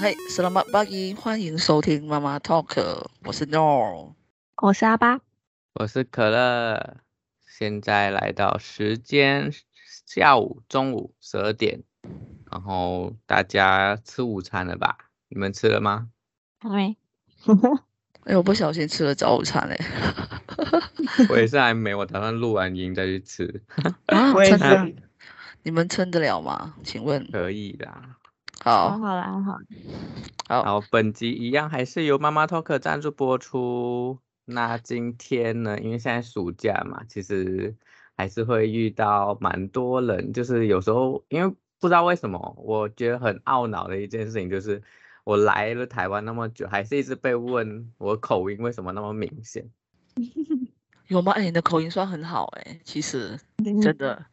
嘿，Selamat pagi，欢迎收听妈妈 Talk，我是 No。我是阿哦巴，我是可乐，现在来到时间下午中午十二点，然后大家吃午餐了吧？你们吃了吗？ 还没。哎、我不小心吃了早餐欸嘞、我也是还没，我打算录完音再去吃，啊，我也撑是得你们撑得了吗？请问，可以啦。好好好啦，好，然好，后本集一样还是由妈妈 Talk 赞助播出。那今天呢，因为现在暑假嘛，其实还是会遇到蛮多人，就是有时候因为不知道为什么，我觉得很懊恼的一件事情就是，我来了台湾那么久，还是一直被问我口音为什么那么明显。有吗？哎、你的口音算很好哎、其实真的，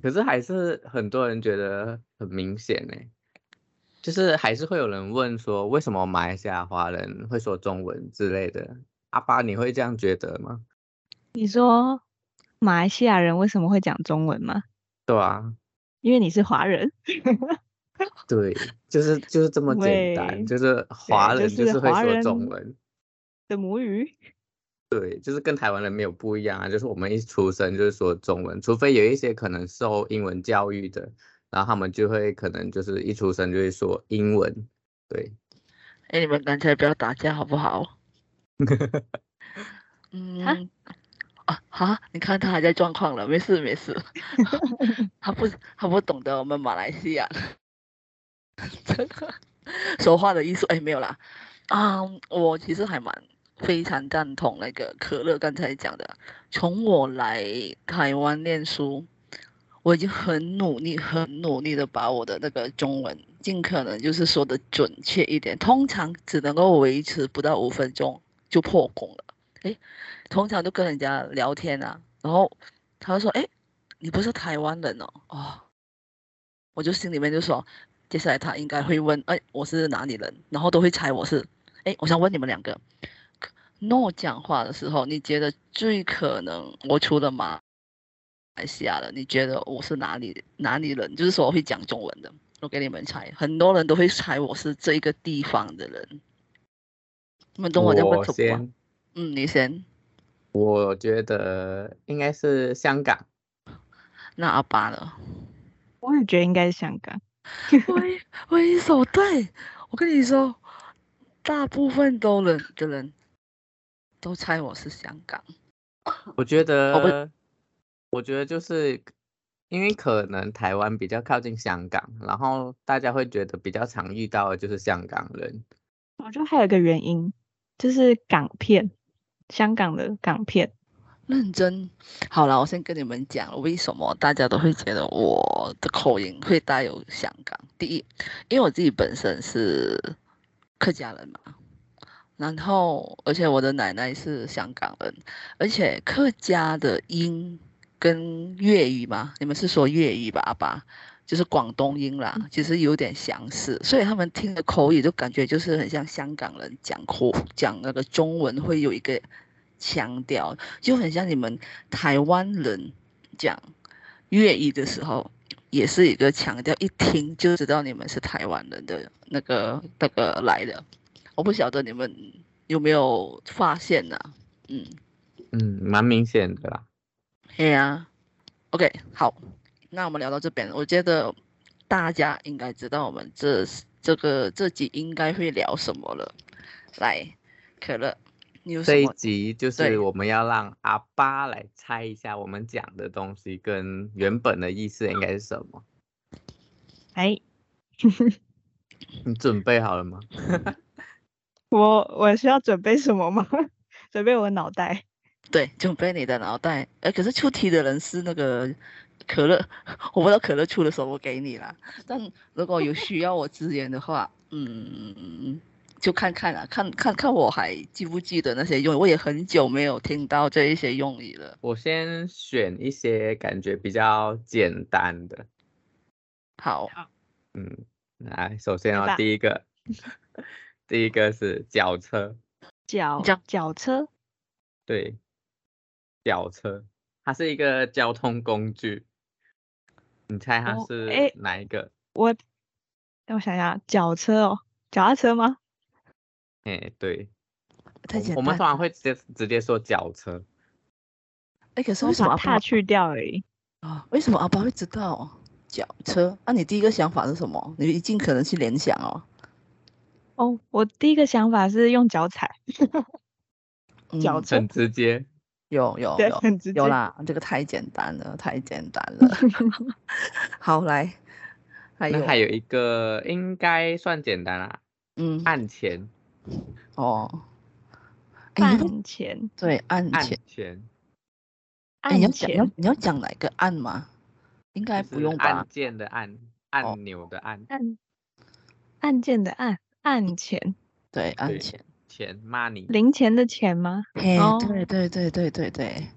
可是还是很多人觉得很明显呢、就是还是会有人问说，为什么马来西亚华人会说中文之类的。阿巴，你会这样觉得吗？你说马来西亚人为什么会讲中文吗？对啊，因为你是华人，对，就是就是这么简单，对就是华就人就是是会华说中人文，的母语。对，就是跟台湾人没有不一样啊，就是我们一出生就是说中文，除非有一些可能受英文教育的，然后他们就会可能就是一出生就会说英文，对，哎、你们干脆不要打架好不好？嗯，啊哈，你看他还在状况了，没事没事，他不他不懂得我们马来西亚 这个说话的艺术。哎，没有啦，啊、我其实还蛮非常赞同那个可乐刚才讲的，从我来台湾念书，我已经很努力、很努力的把我的那个中文尽可能就是说的准确一点，通常只能够维持不到五分钟就破功了。诶，通常就跟人家聊天啊，然后他就说：“诶，你不是台湾人哦？”哦，我就心里面就说，接下来他应该会问：“哎，我是哪里人？”然后都会猜我是。诶，我想问你们两个可，no 讲话的时候，你觉得最可能我除了马马来西亚人，你觉得我是哪里哪里人？就是说我会讲中文的。我给你们猜，很多人都会猜我是这一个地方的人。你们懂我在问我什么吗？先，嗯，你先。我觉得应该是香港，那阿爸 呢？我也觉得应该是香港，为为首对，我跟你说，大部分都人的人都猜我是香港。我觉得，哦不我觉得就是因为可能台湾比较靠近香港，然后大家会觉得比较常遇到的就是香港人。我觉得还有一个原因就是港片，香港的港片，认真，好了，我先跟你们讲为什么大家都会觉得我的口音会带有香港。第一，因为我自己本身是客家人嘛，然后而且我的奶奶是香港人，而且客家的音跟粤语嘛，你们是说粤语吧？阿爸，就是广东音啦，其实有点相似，所以他们听的口语就感觉就是很像香港人讲口讲那个中文会有一个腔调，就很像你们台湾人讲粤语的时候，也是一个强调，一听就知道你们是台湾人的那个那个来的。我不晓得你们有没有发现呢、嗯，嗯，蛮明显的啦。对呀、OK，好，那我们聊到这边，我觉得大家应该知道我们这这个这集应该会聊什么了。来，可乐，你有什这一么？集就对是我们要让阿巴来猜一下我们讲的东西跟原本的意思应该是什么。哎，你准备好了吗？我我需要准备什么吗？ 准备我的脑袋。对，准备你的脑袋。哎，可是出题的人是那个可乐，我不知道可乐出了什么给你啦。但如果有需要我支援的话，嗯，就看看啦，看看看我还记不记得那些用语。我也很久没有听到这一些用语了。我先选一些感觉比较简单的。好，嗯，来，首先来啊、吧第一个， 第一个是脚车。脚脚脚车，对，脚车，它是一个交通工具。你猜它哦是诶哪一个？我让我想想，脚车哦，脚踏车吗？哎、对，太简我我们单。通常会直接直接说脚车，哎，可是我为会什么把阿踏爸去掉而已。啊？为什么阿爸会知道脚车？那、你第一个想法是什么？你一尽可能去联想哦。哦，我第一个想法是用脚踩，脚嗯车很直接。有哦有对，有很直接。有 啦，哎这个太简单了，太简单 了。好，来，还有那还有一个应该算简单啦，嗯按钱，哦，哎，你不饭前对按按钱，钱，哎，你要按讲你要前你要讲哪个按吗？应该就不是用吧哦按？键的按，按钮的按，按按键的按按钱对，按对钱。钱 money，零钱的钱吗？嘿，哦对对对对对对，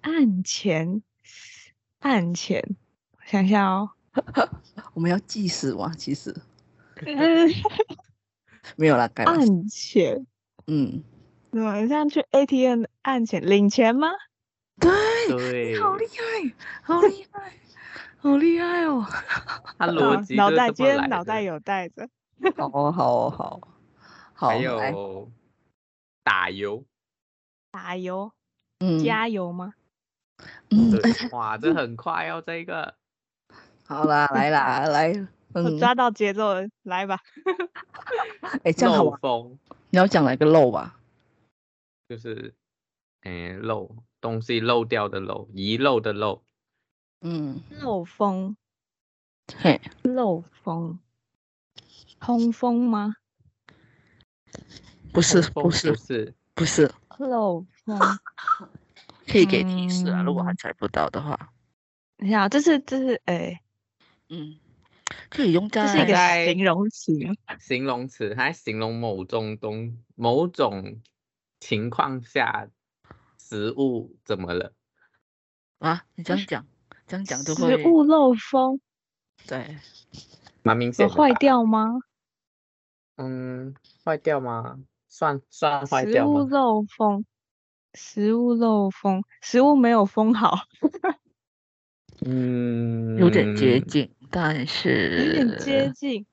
按钱按钱，我想一下 哦。我们要计时吗？其实嗯没有啦，改玩笑按钱，嗯，怎么像去 ATM 按钱领钱吗？对，对，好厉害，好厉害，好厉害 哦！他啊逻辑脑就是袋这今么天来脑的袋有带着，好哦，好哦，好，好，还来有打油，嗯，加油吗？嗯，对，哇，这很快哦，这一个好啦，来啦，来，我 嗯，抓到节奏了，来吧，哎， 这样好漏玩，风你要讲哪个漏啊吧？就是，哎，漏东西漏掉的漏，遗漏的漏，嗯，漏风，嘿，漏风，通风吗？不是，漏不风不是，是，不是，漏 风，可以给提示啊，如果还嗯猜不到的话，等一下哦，这是这是哎，嗯，可以用在这是一个在形容词吗，形容词，它在形容某种东某种情况下食物怎么了？啊，你这样讲，这样讲就食会物漏风对，蛮哦明有显的坏吧，掉吗？嗯，坏掉吗？算算坏食掉物吗？漏风，食物漏风，食物没有封好， 嗯，有点接近，但有点接是近。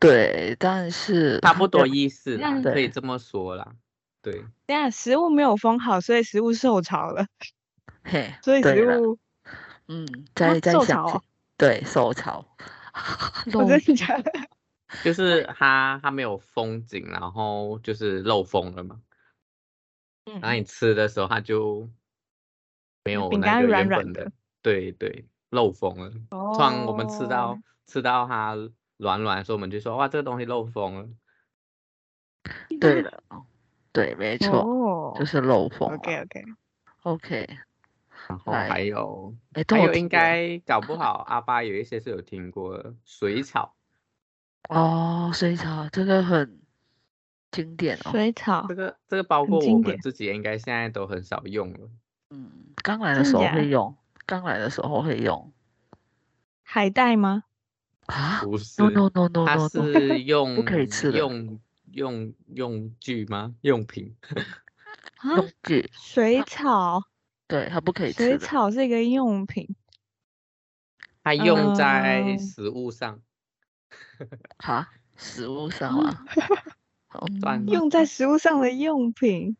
对，但是差不它多没有意思啦，嗯可以对这么说啦。对，等一下食物没有封好，所以食物受潮了，嘿，所以对食了物嗯，再再受想潮起哦，对，受潮， 我漏真的假的？就是它它没有风景，然后就是漏风了嘛。嗯然后嗯，你吃的时候，它就没有饼那干个软原软本的的，对对，漏风了。通常我们吃到哦吃到它软软的时候，我们就说哇，这个东西漏风了。对了，对，没错，哦就是漏风啊。 ，OK OK， OK，然后来还有哎，都还有有听应过该搞不好阿巴有一些是有听过的水草，哦，水草这个很经典哦。水草这个这个包很括经我们典自己应该现在都很少用了。嗯，刚来的真时候假会用，刚来的时候会用海带吗？啊。不是 No no no no 它 no no，是用可以吃的用用用具吗？用品？啊，用具，水草，对，它不可以吃水的。草是一个用品，它用在嗯食物上，哈，食物上哦 啊。嗯算用在食物上的用品，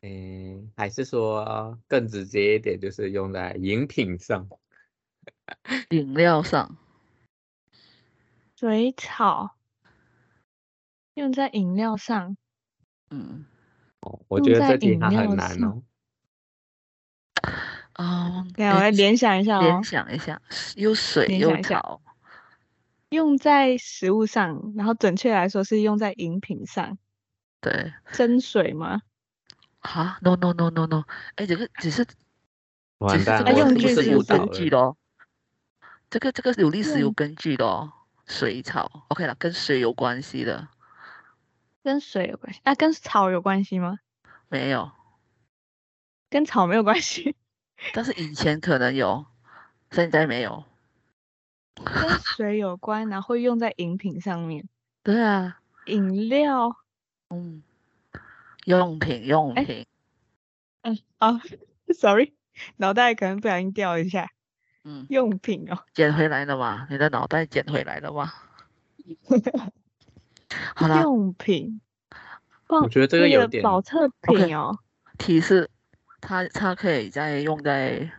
嗯、还是说更直接一点，就是用在饮品上，饮料上，水草用在饮料上。嗯哦我用觉得在这题饮它很料难上哦。啊，对，我来哎联想一下哦联，想一下，又水联又想一下草，用在食物上，然后准确来说是用在饮品上。对。蒸水吗？啊，no no no no no，哎，这个只是只完是蛋这个了，有哎用我历具是不史是是有误不导根据的了？哦，这个这个是有历史有用根据的哦，水草，OK 了，跟水有关系的，跟水有关系啊？跟草有关系吗？没有，跟草没有关系， 但是以前可能有，现在没有。跟水有关，然后会用在饮品上面。对啊，饮料，嗯，用品用哎品，嗯啊，sorry，脑袋可能不小心掉一下。嗯，用品哦，捡回来了吗？你的脑袋捡回来了吗？好啦，用品，我觉得这个那有点保特 OK 瓶哦，提示它它可以在用在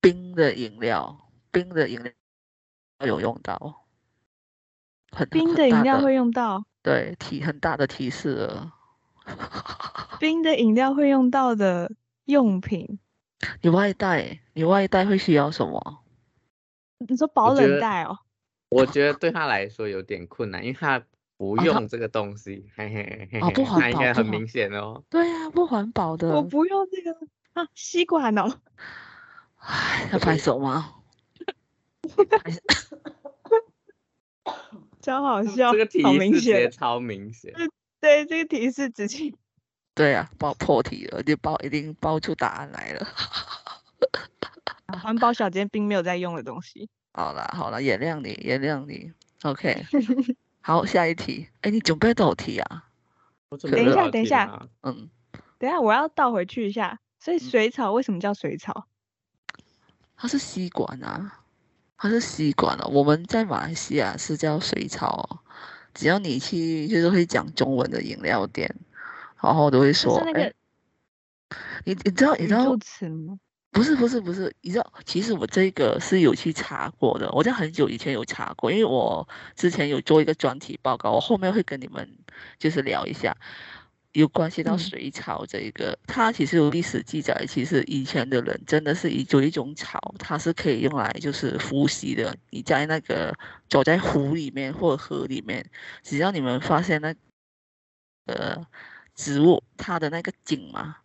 冰的饮料，冰的饮料有用到，很冰很的饮大料会用到，对提很大的提示了。冰的饮料会用到的用品。你外带，你外带会需要什么？你说保我觉冷得袋哦，我觉得对他来说有点困难，因为他不哦他用这个东西，嘿嘿嘿哦不嘿环那应保不该很环明显哦。对呀、不环保的。我不用这个啊，吸管哦，唉， 要拍手吗？超好笑，嗯这个提好示明直接显。嗯超明显，对，这个提示直接对呀、爆破题了，你爆已经爆出答案来了。 环保小尖兵没有在用的东西。好啦好啦，原谅你，原谅你。OK，好，下一题。哎，你准备多少题啊？我准备等一多下少等一题下啊嗯，等一下我要倒回去一下，所嗯以水草为什么叫水草？它是吸管啊，它是吸管哦。我们在马来西亚是叫水草哦，只要你去就是会讲中文的饮料店，然后都会就说，是那哎个，你你知道你语知道助词吗？不是不是不是，你知道，其实我这个是有去查过的，我在很久以前有查过，因为我之前有做一个专题报告，我后面会跟你们就是聊一下，有关系到嗯水草这一个，它其实有历史记载，其实以前的人真的是以有一种草，它是可以用来就是呼吸的，你在那个走在湖里面或者河里面，只要你们发现那呃植物它的那个茎嘛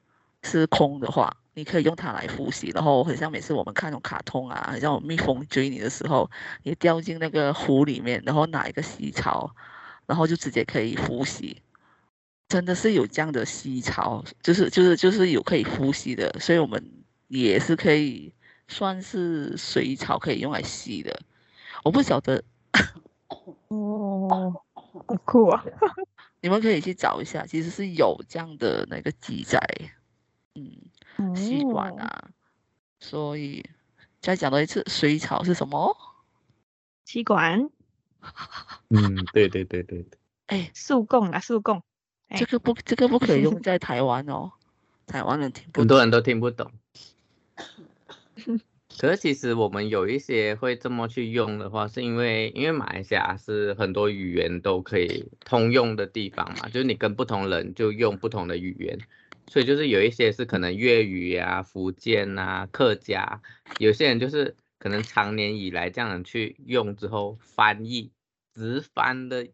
是空的话，你可以用它来呼吸。然后很像每次我们看那种卡通啊，很像有蜜蜂追你的时候，你掉进那个湖里面，然后拿一个吸槽，然后就直接可以呼吸。真的是有这样的吸槽，就是就是就是有可以呼吸的，所以我们也是可以算是水草可以用来吸的。我不晓得哦，好酷啊！你们可以去找一下，其实是有这样的那个记载，嗯，吸管哦，啊，所以再讲多一次，水草是什么？吸管，嗯，对对对对对，哎，速供啊，速供。哎这个不，这个不可以用在台湾哦，台湾人听不懂。很多人都听不懂。可是其实我们有一些会这么去用的话，是因为因为马来西亚是很多语言都可以通用的地方嘛，就是你跟不同人就用不同的语言，所以就是有一些是可能粤语啊、福建啊、客家，有些人就是可能常年以来这样去用之后翻译直翻的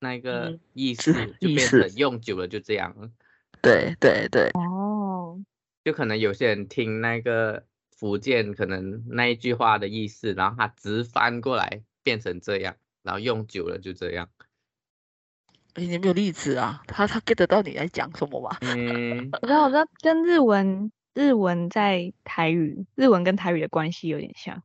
那个嗯意直思，就意变思成用久了就这样了。对对对，哦，就可能有些人听那个福建可能那一句话的意思，然后他直翻过来变成这样，然后用久了就这样。哎，你没有例子啊？他他 get 得到你在讲什么吗？嗯，我知道，我知道，跟日文日文在台语，日文跟台语的关系有点像。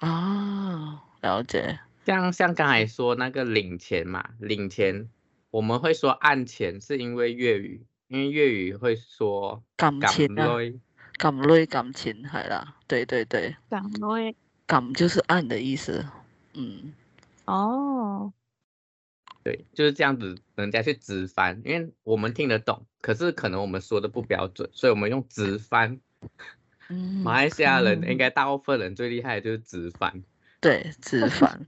啊，了解。 像像刚才说那个领钱嘛，领钱我们会说按钱，是因为粤语，因为粤语会说感情啊，瑞感类感情，系啦，对对对，港妹。感就是按的意思，嗯。哦，对，就是这样子，人家去直翻，因为我们听得懂，可是可能我们说的不标准，所以我们用直翻。嗯，马来西亚人嗯应该大部分人最厉害的就是直翻。对， 直翻。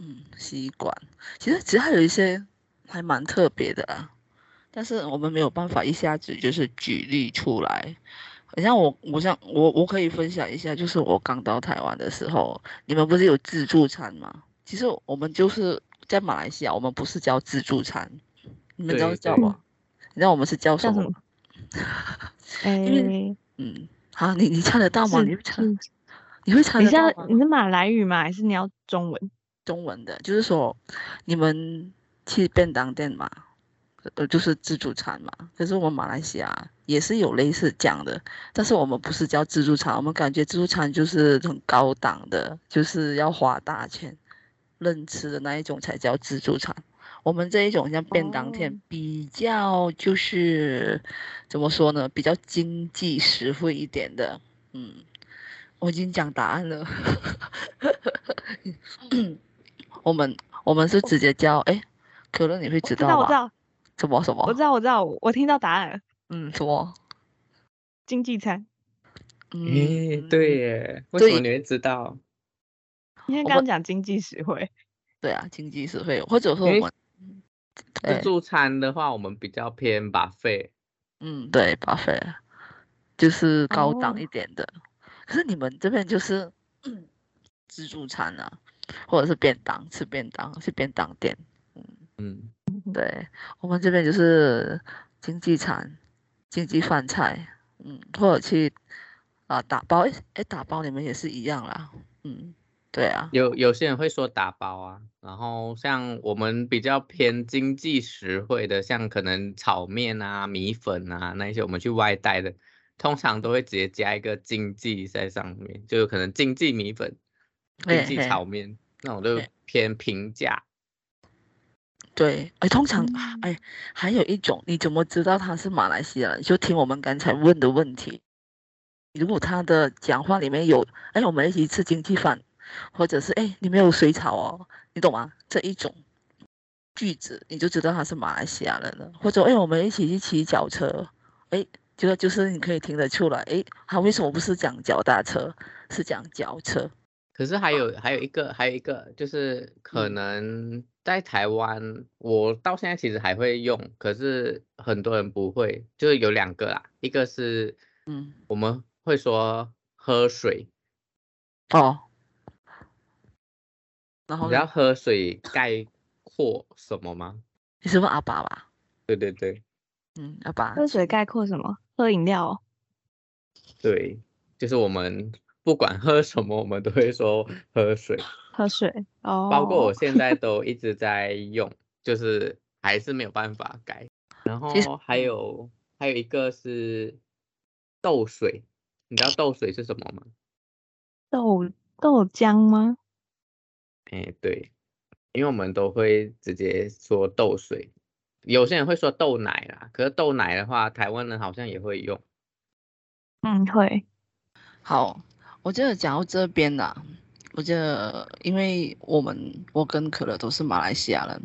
嗯，吸管，其实其实还有一些还蛮特别的啦，但是我们没有办法一下子就是举例出来。好像我，我想我我可以分享一下，就是我刚到台湾的时候，你们不是有自助餐吗？其实我们就是在马来西亚，我们不是叫自助餐，你们知道对叫对吗？你知道我们是叫什叫什么么吗？？哎，嗯，好，你你看得到吗？自你会看，自你会看你得是到要吗？你是马来语吗？还是你要中文？中文的，就是说你们去便当店嘛，呃，就是自助餐嘛。可是我们马来西亚也是有类似这样的，但是我们不是叫自助餐，我们感觉自助餐就是很高档的，就是要花大钱认吃的那一种才叫自助餐。我们这一种像便当哦店比较就是怎么说呢，比较经济实惠一点的，嗯。我已经讲答案了，我们我们是直接叫哎，可乐你会知知道，道我知吧？道，什么什么？我知道，我知道，我听到答案了，嗯，什么？经济舱。诶、嗯，对耶，为什对么你会知道？因为我刚刚讲经济实惠，对啊，经济实惠，或者说诶我们对自助餐的话，我们比较偏 buffet，嗯，对，buffet 就是高档哦一点的。可是你们这边就是、 嗯自助餐啊，或者是便当，吃便当，去便当店。嗯，对我们这边就是经济餐、经济饭菜，嗯，或者去啊、打包，诶诶，打包你们也是一样啦，嗯，对啊，有有些人会说打包啊，然后像我们比较偏经济实惠的，像可能炒面啊、米粉啊那一些，我们去外带的，通常都会直接加一个经济在上面，就有可能经济米粉、经嘿济嘿炒面那种都嘿偏平价。对，哎，通常嗯哎，还有一种，你怎么知道他是马来西亚人？就听我们刚才问的问题，如果他的讲话里面有，哎，我们一起吃经济饭，或者是哎，你没有水草哦，你懂吗？这一种句子，你就知道他是马来西亚人了。或者哎，我们一起去骑脚车，哎，这个就是你可以听得出来，哎，他为什么不是讲脚踏车，是讲脚车？可是还有还有一个还有一个就是可嗯能在台湾，我到现在其实还会用，可是很多人不会，就是有两个啦，一个是嗯，我们会说喝水，哦，然你后知呢道喝水概括什么吗？你是问阿爸吧？对对对嗯，阿爸。喝水概括什么？喝饮料、哦。对，就是我们不管喝什么，我们都会说喝水。喝水哦，包括我现在都一直在用，就是还是没有办法改。然其实后还嗯有还有一个是豆水，你知道豆水是什么吗？豆豆浆吗？嗯哎，对，因为我们都会直接说豆水，有些人会说豆奶啦，可是豆奶的话，台湾人好像也会用。嗯，会。好，我觉得讲到这边啦、我觉得因为我们我跟可乐都是马来西亚人，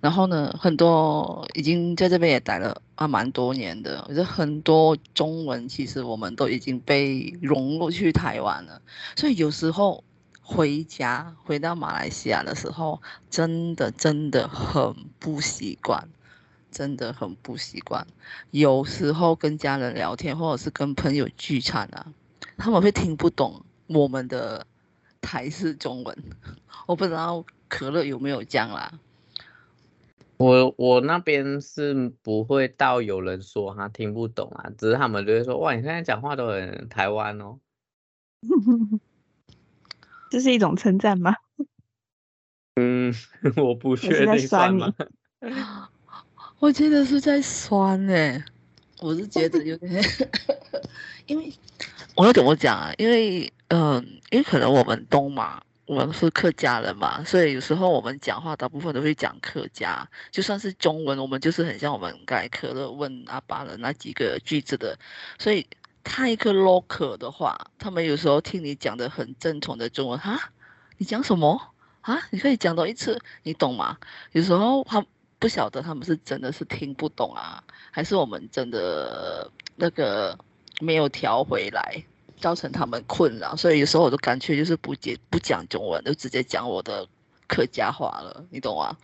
然后呢，很多已经在这边也待了啊蛮多年的，我觉得很多中文其实我们都已经被融入去台湾了，所以有时候回家回到马来西亚的时候，真的真的很不习惯。真的很不习惯，有时候跟家人聊天，或者是跟朋友聚餐啊，他们会听不懂我们的台式中文。 我不知道可乐有没有这样啦。我我那边是不会到有人说他听不懂啊，只是他们就会说哇，你现在讲话都很台湾哦。 这是一种称赞吗？嗯，我不是确在定酸算你吗？我觉得是在酸哎、我是觉得有点， 因为我要怎么讲啊？因为嗯、呃因为可能我们东马。我们是客家人嘛，所以有时候我们讲话大部分都会讲客家，就算是中文，我们就是很像我们刚才可乐问阿巴的那几个句子的，所以太个 local 的话，他们有时候听你讲的很正统的中文，哈，你讲什么啊？你可以讲多一次，你懂吗？有时候他不晓得他们是真的是听不懂啊，还是我们真的那个没有调回来，造成他们困扰。所以有时候我都干脆就是不接不讲中文，就直接讲我的客家话了，你懂吗？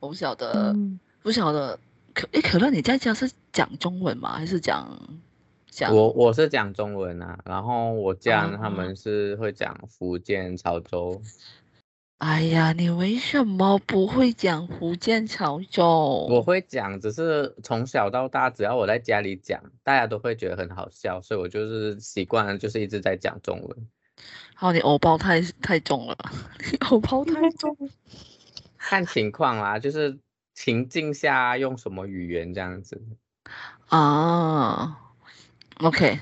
我不晓得，嗯，不晓得可诶，可乐你在家是讲中文吗？还是讲讲？我我是讲中文啊，然后我家人他啊们是会讲福建潮州，哎呀，你为什么不会讲福建潮州？我会讲，只是从小到大，只要我在家里讲，大家都会觉得很好笑，所以我就是习惯了，就是一直在讲中文。好，你欧包太太重了， 你欧包太重了。看情况啦，就是情境下用什么语言这样子。啊，OK，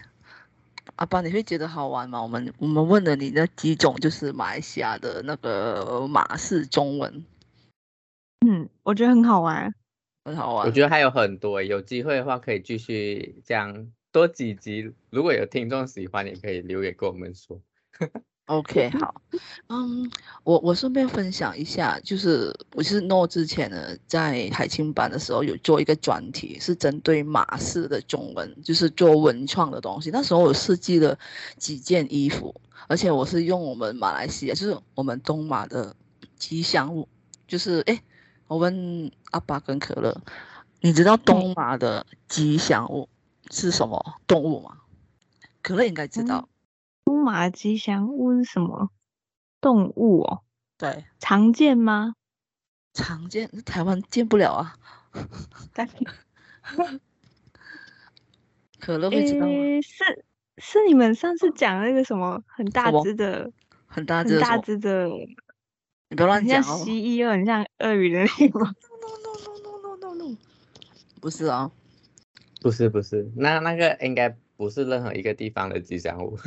阿爸，你会觉得好玩吗？我们我们问了你那几种，就是马来西亚的那个马式中文，我觉得很好玩。很好我玩。觉得还有很多欸，有机会的话可以继续讲多几集。如果有听众喜欢，也可以留言跟我们说。 OK，好，嗯，我我顺便分享一下，就是我是诺之前呢，在海青班的时候有做一个专题，是针对马氏的中文，就是做文创的东西。那时候我设计了几件衣服，而且我是用我们马来西亚，就是我们东马的吉祥物，就是诶，我问阿爸跟可乐，你知道东马的吉祥物是什么动物吗？可乐应该知嗯道，东马吉祥物是什么动物哦？对，常见吗？常见台湾见不了啊。但可乐会知道吗？诶、是是你们上次讲那个什么很大么只的、很大只很的什大么，只的，你不要乱很讲像哦。蜥蜴又很像鳄鱼的那个吗？ No no no no no no no，不是啊，不是不是，那那个应该不是任何一个地方的吉祥物。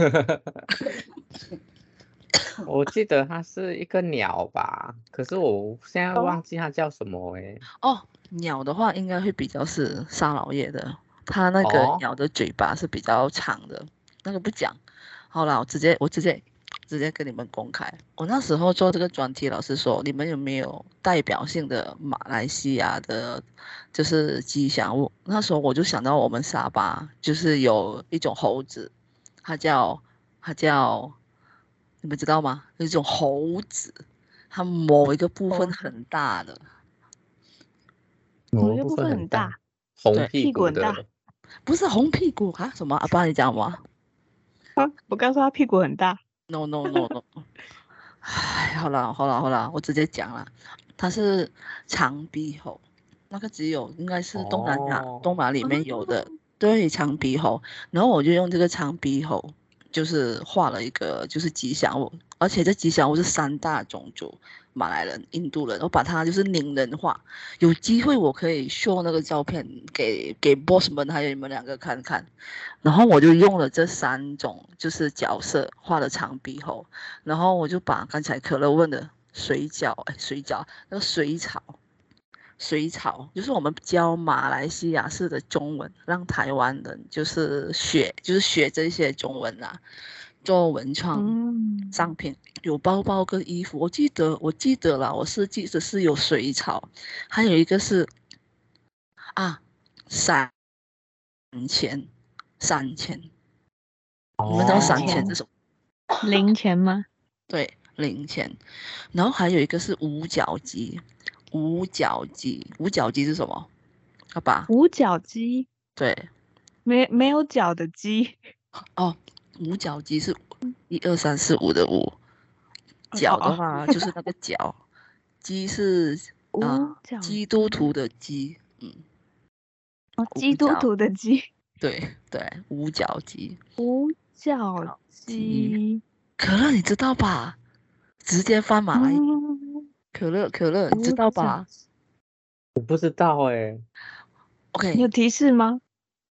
我记得它是一个鸟吧，可是我现在哦忘记它叫什么哎、哦，鸟的话应该会比较是沙老叶的，它那哦个鸟的嘴巴是比较长的，那个不讲。好啦，我直接我直接直接跟你们公开，我那时候做这个专题，老师说你们有没有代表性的马来西亚的，就是吉祥物？那时候我就想到我们沙巴就是有一种猴子，它叫它叫，你们知道吗？有一种猴子，它某一个部猴分子很大的。某某一个部分很大，红对屁屁股股很的大不是红屁股啊？什么？ 阿爸，你讲吗啊我刚说它屁股很大， ？No No No No。哎，好啦好啦好啦，我直接讲啦，它是长鼻猴，那个只有应该是东南亚、哦东马里面有的，对，长鼻猴。然后我就用这个长鼻猴，就是画了一个就是吉祥物，而且这吉祥物是三大种族，马来人、印度人，我把它就是拟人化。有机会我可以 show 那个照片给给 boss 们还有你们两个看看。然后我就用了这三种就是角色画了长鼻猴，然后我就把刚才可乐问的水饺，哎，水饺那个水草。水草就是我们教马来西亚式的中文，让台湾人就是学就是学这些中文啦、做文创。嗯，商品，有包包跟衣服。我记得，我记得啦，我是记得是有水草，还有一个是啊，散钱，散钱。你们知道散散哦钱钱是什么？零钱吗？对，零钱。然后还有一个是五角鸡，五角鸡，五角鸡是什么？好吧，五角鸡，对，没没有脚的鸡，哦，五角鸡是一二三四五的五，嗯哦角哦的话就是那个角，鸡是五啊 角基督徒的鸡，嗯，哦五基督角徒的鸡，对对，五角鸡。五角角鸡鸡，可乐你知道吧？直接翻马来。嗯可乐可乐你知五道角吧我不知道哎、你有？OK，提示吗？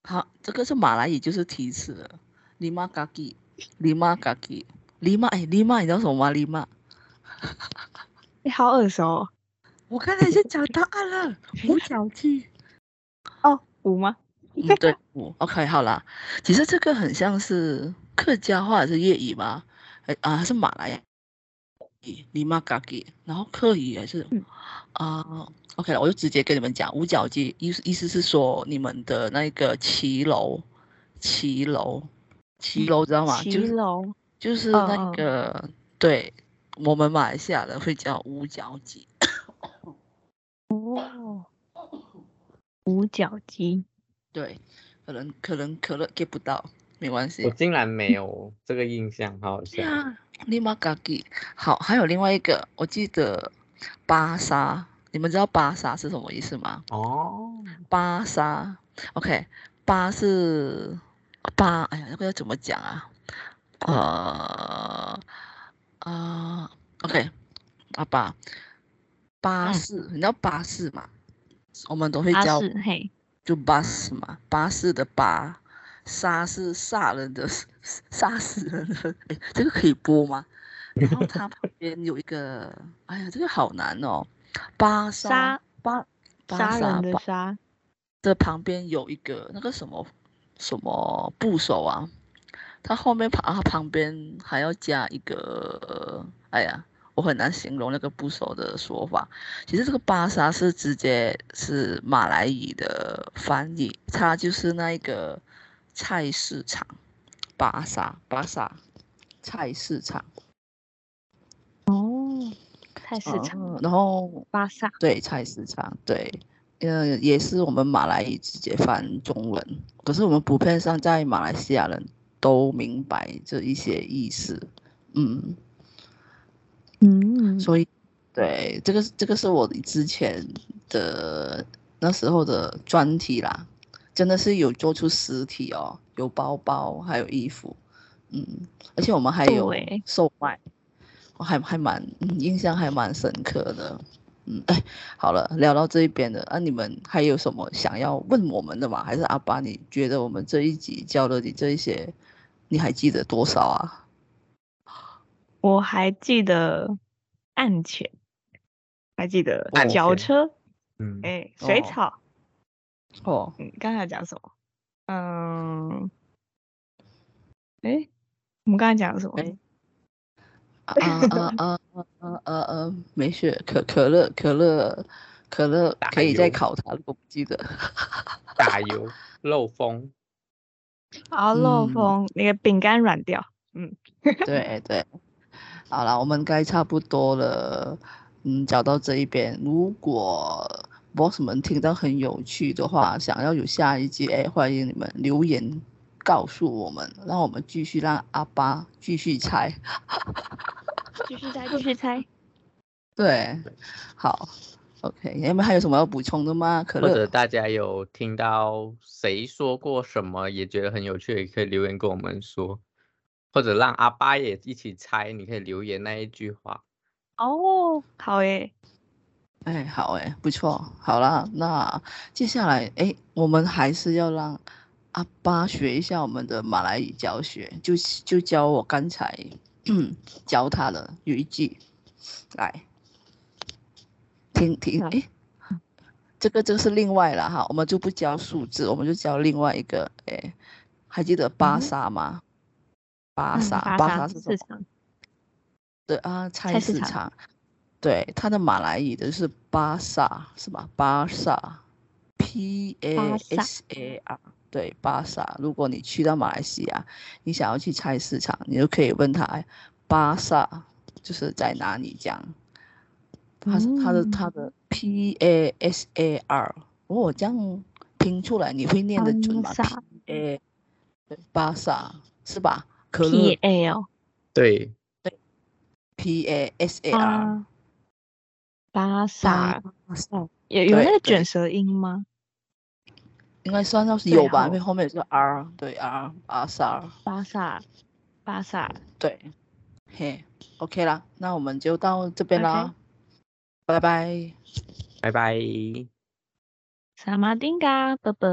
好，这个是马来语，就是提示了。里玛嘎吉，里玛嘎吉，里玛哎，里玛你知道什么吗？里玛，你好耳熟哦，我刚才就讲答案 了，五角鸡。哦五吗？嗯，对，五 OK，好啦。其实这个很像是客家话还是粤语吧？哎啊，还是马来语，里玛嘎吉，然后客语还是嗯啊、o k 了，我就直接跟你们讲，五角鸡意思意思是说你们的那个骑楼，骑楼，骑楼知道 吗？骑就是楼，就是嗯那嗯个，对我们马来西亚人会叫五角鸡。哦，五角鸡，对，可能可能可乐 get 不到，没关系。我竟然没有这个印象，好好对笑。啊，立马嘎吉。好，还有另外一个，我记得巴沙，你们知道巴沙是什么意思吗？哦，巴沙，OK，巴是巴，哎呀，那个要怎么讲啊？呃，呃，OK，阿爸，巴嗯士，你知道巴士吗？我们都会巴叫士嘿，就巴士嘛，巴士的巴，杀是杀人的杀杀死人的，哎，这个可以播吗？然后它旁边有一个，哎呀，这个好难哦，巴沙杀巴巴杀沙人的巴杀，的旁边有一个那个什么什么部首啊，它后面旁它旁边还要加一个，哎呀，我很难形容那个部首的说法。其实这个巴沙是直接是马来语的翻译，它就是那一个菜市场，巴沙巴沙菜市场，哦，菜市场，嗯然后巴萨，对菜市场，对，呃，也是我们马来语直接翻中文，可是我们普遍上在马来西亚人都明白这一些意思，嗯。嗯，所以，对，这个是这个是我之前的那时候的专题啦，真的是有做出实体哦，有包包，还有衣服，嗯，而且我们还有对售卖，我还还蛮、嗯印象还蛮深刻的。嗯，哎，好了，聊到这一边了，啊，你们还有什么想要问我们的吗？还是阿巴，你觉得我们这一集教了你这一些，你还记得多少啊？我还记得案钱，还记得案脚钱车，嗯，哎、水哦草，哦，嗯，刚才讲什么？嗯，哎，我们刚才讲什么？诶啊啊啊啊啊啊啊！没事，可可乐可乐可乐打可以再油考它，如果不 记得。打油漏风，啊，漏嗯风，那个饼干软掉，对对，好了，我们该差不多了。嗯，讲到这一边，如果 boss 们听到很有趣的话，想要有下一集，哎，欢迎你们留言告诉我们，让我们继续让阿巴继续猜。继续 猜，继续猜。对，好，OK，你哎们还有什么要补充的吗？可或者乐，大家有听到谁说过什么，也觉得很有趣，也可以留言跟我们说，或者让阿巴也一起猜，你可以留言那一句话。哦，好耶，哎，好哎，不错，好啦，那接下来哎，我们还是要让阿巴学一下我们的马来语教学，就就教我刚才 教他的有一句，来，听听，好哎，这个这个是另外了哈，我们就不教数字，我们就教另外一个，哎，还记得巴嗯沙吗？巴嗯沙，巴巴沙萨是什市么？场，对啊，菜菜市市场场，对，它的马来语的是巴萨是吧？巴萨，P A 巴萨 S A R，对，巴萨。如果你去到马来西亚，你想要去菜市场，你就可以问他，哎巴萨就是在哪里这样。它是它的它嗯的 P A S A R，我这样拼出来你会念得准吗巴萨？P A，对巴萨是吧？可乐 P A 哦，对， P A S A R。巴啊巴萨巴萨有有对那对个卷舌音吗？应该算到是对有吧，吼因为后面有个 R，对啊 R R 萨，巴萨，巴萨，对，嘿，OK 啦，那我们就到这边啦拜拜。拜拜。萨马丁嘎，拜拜。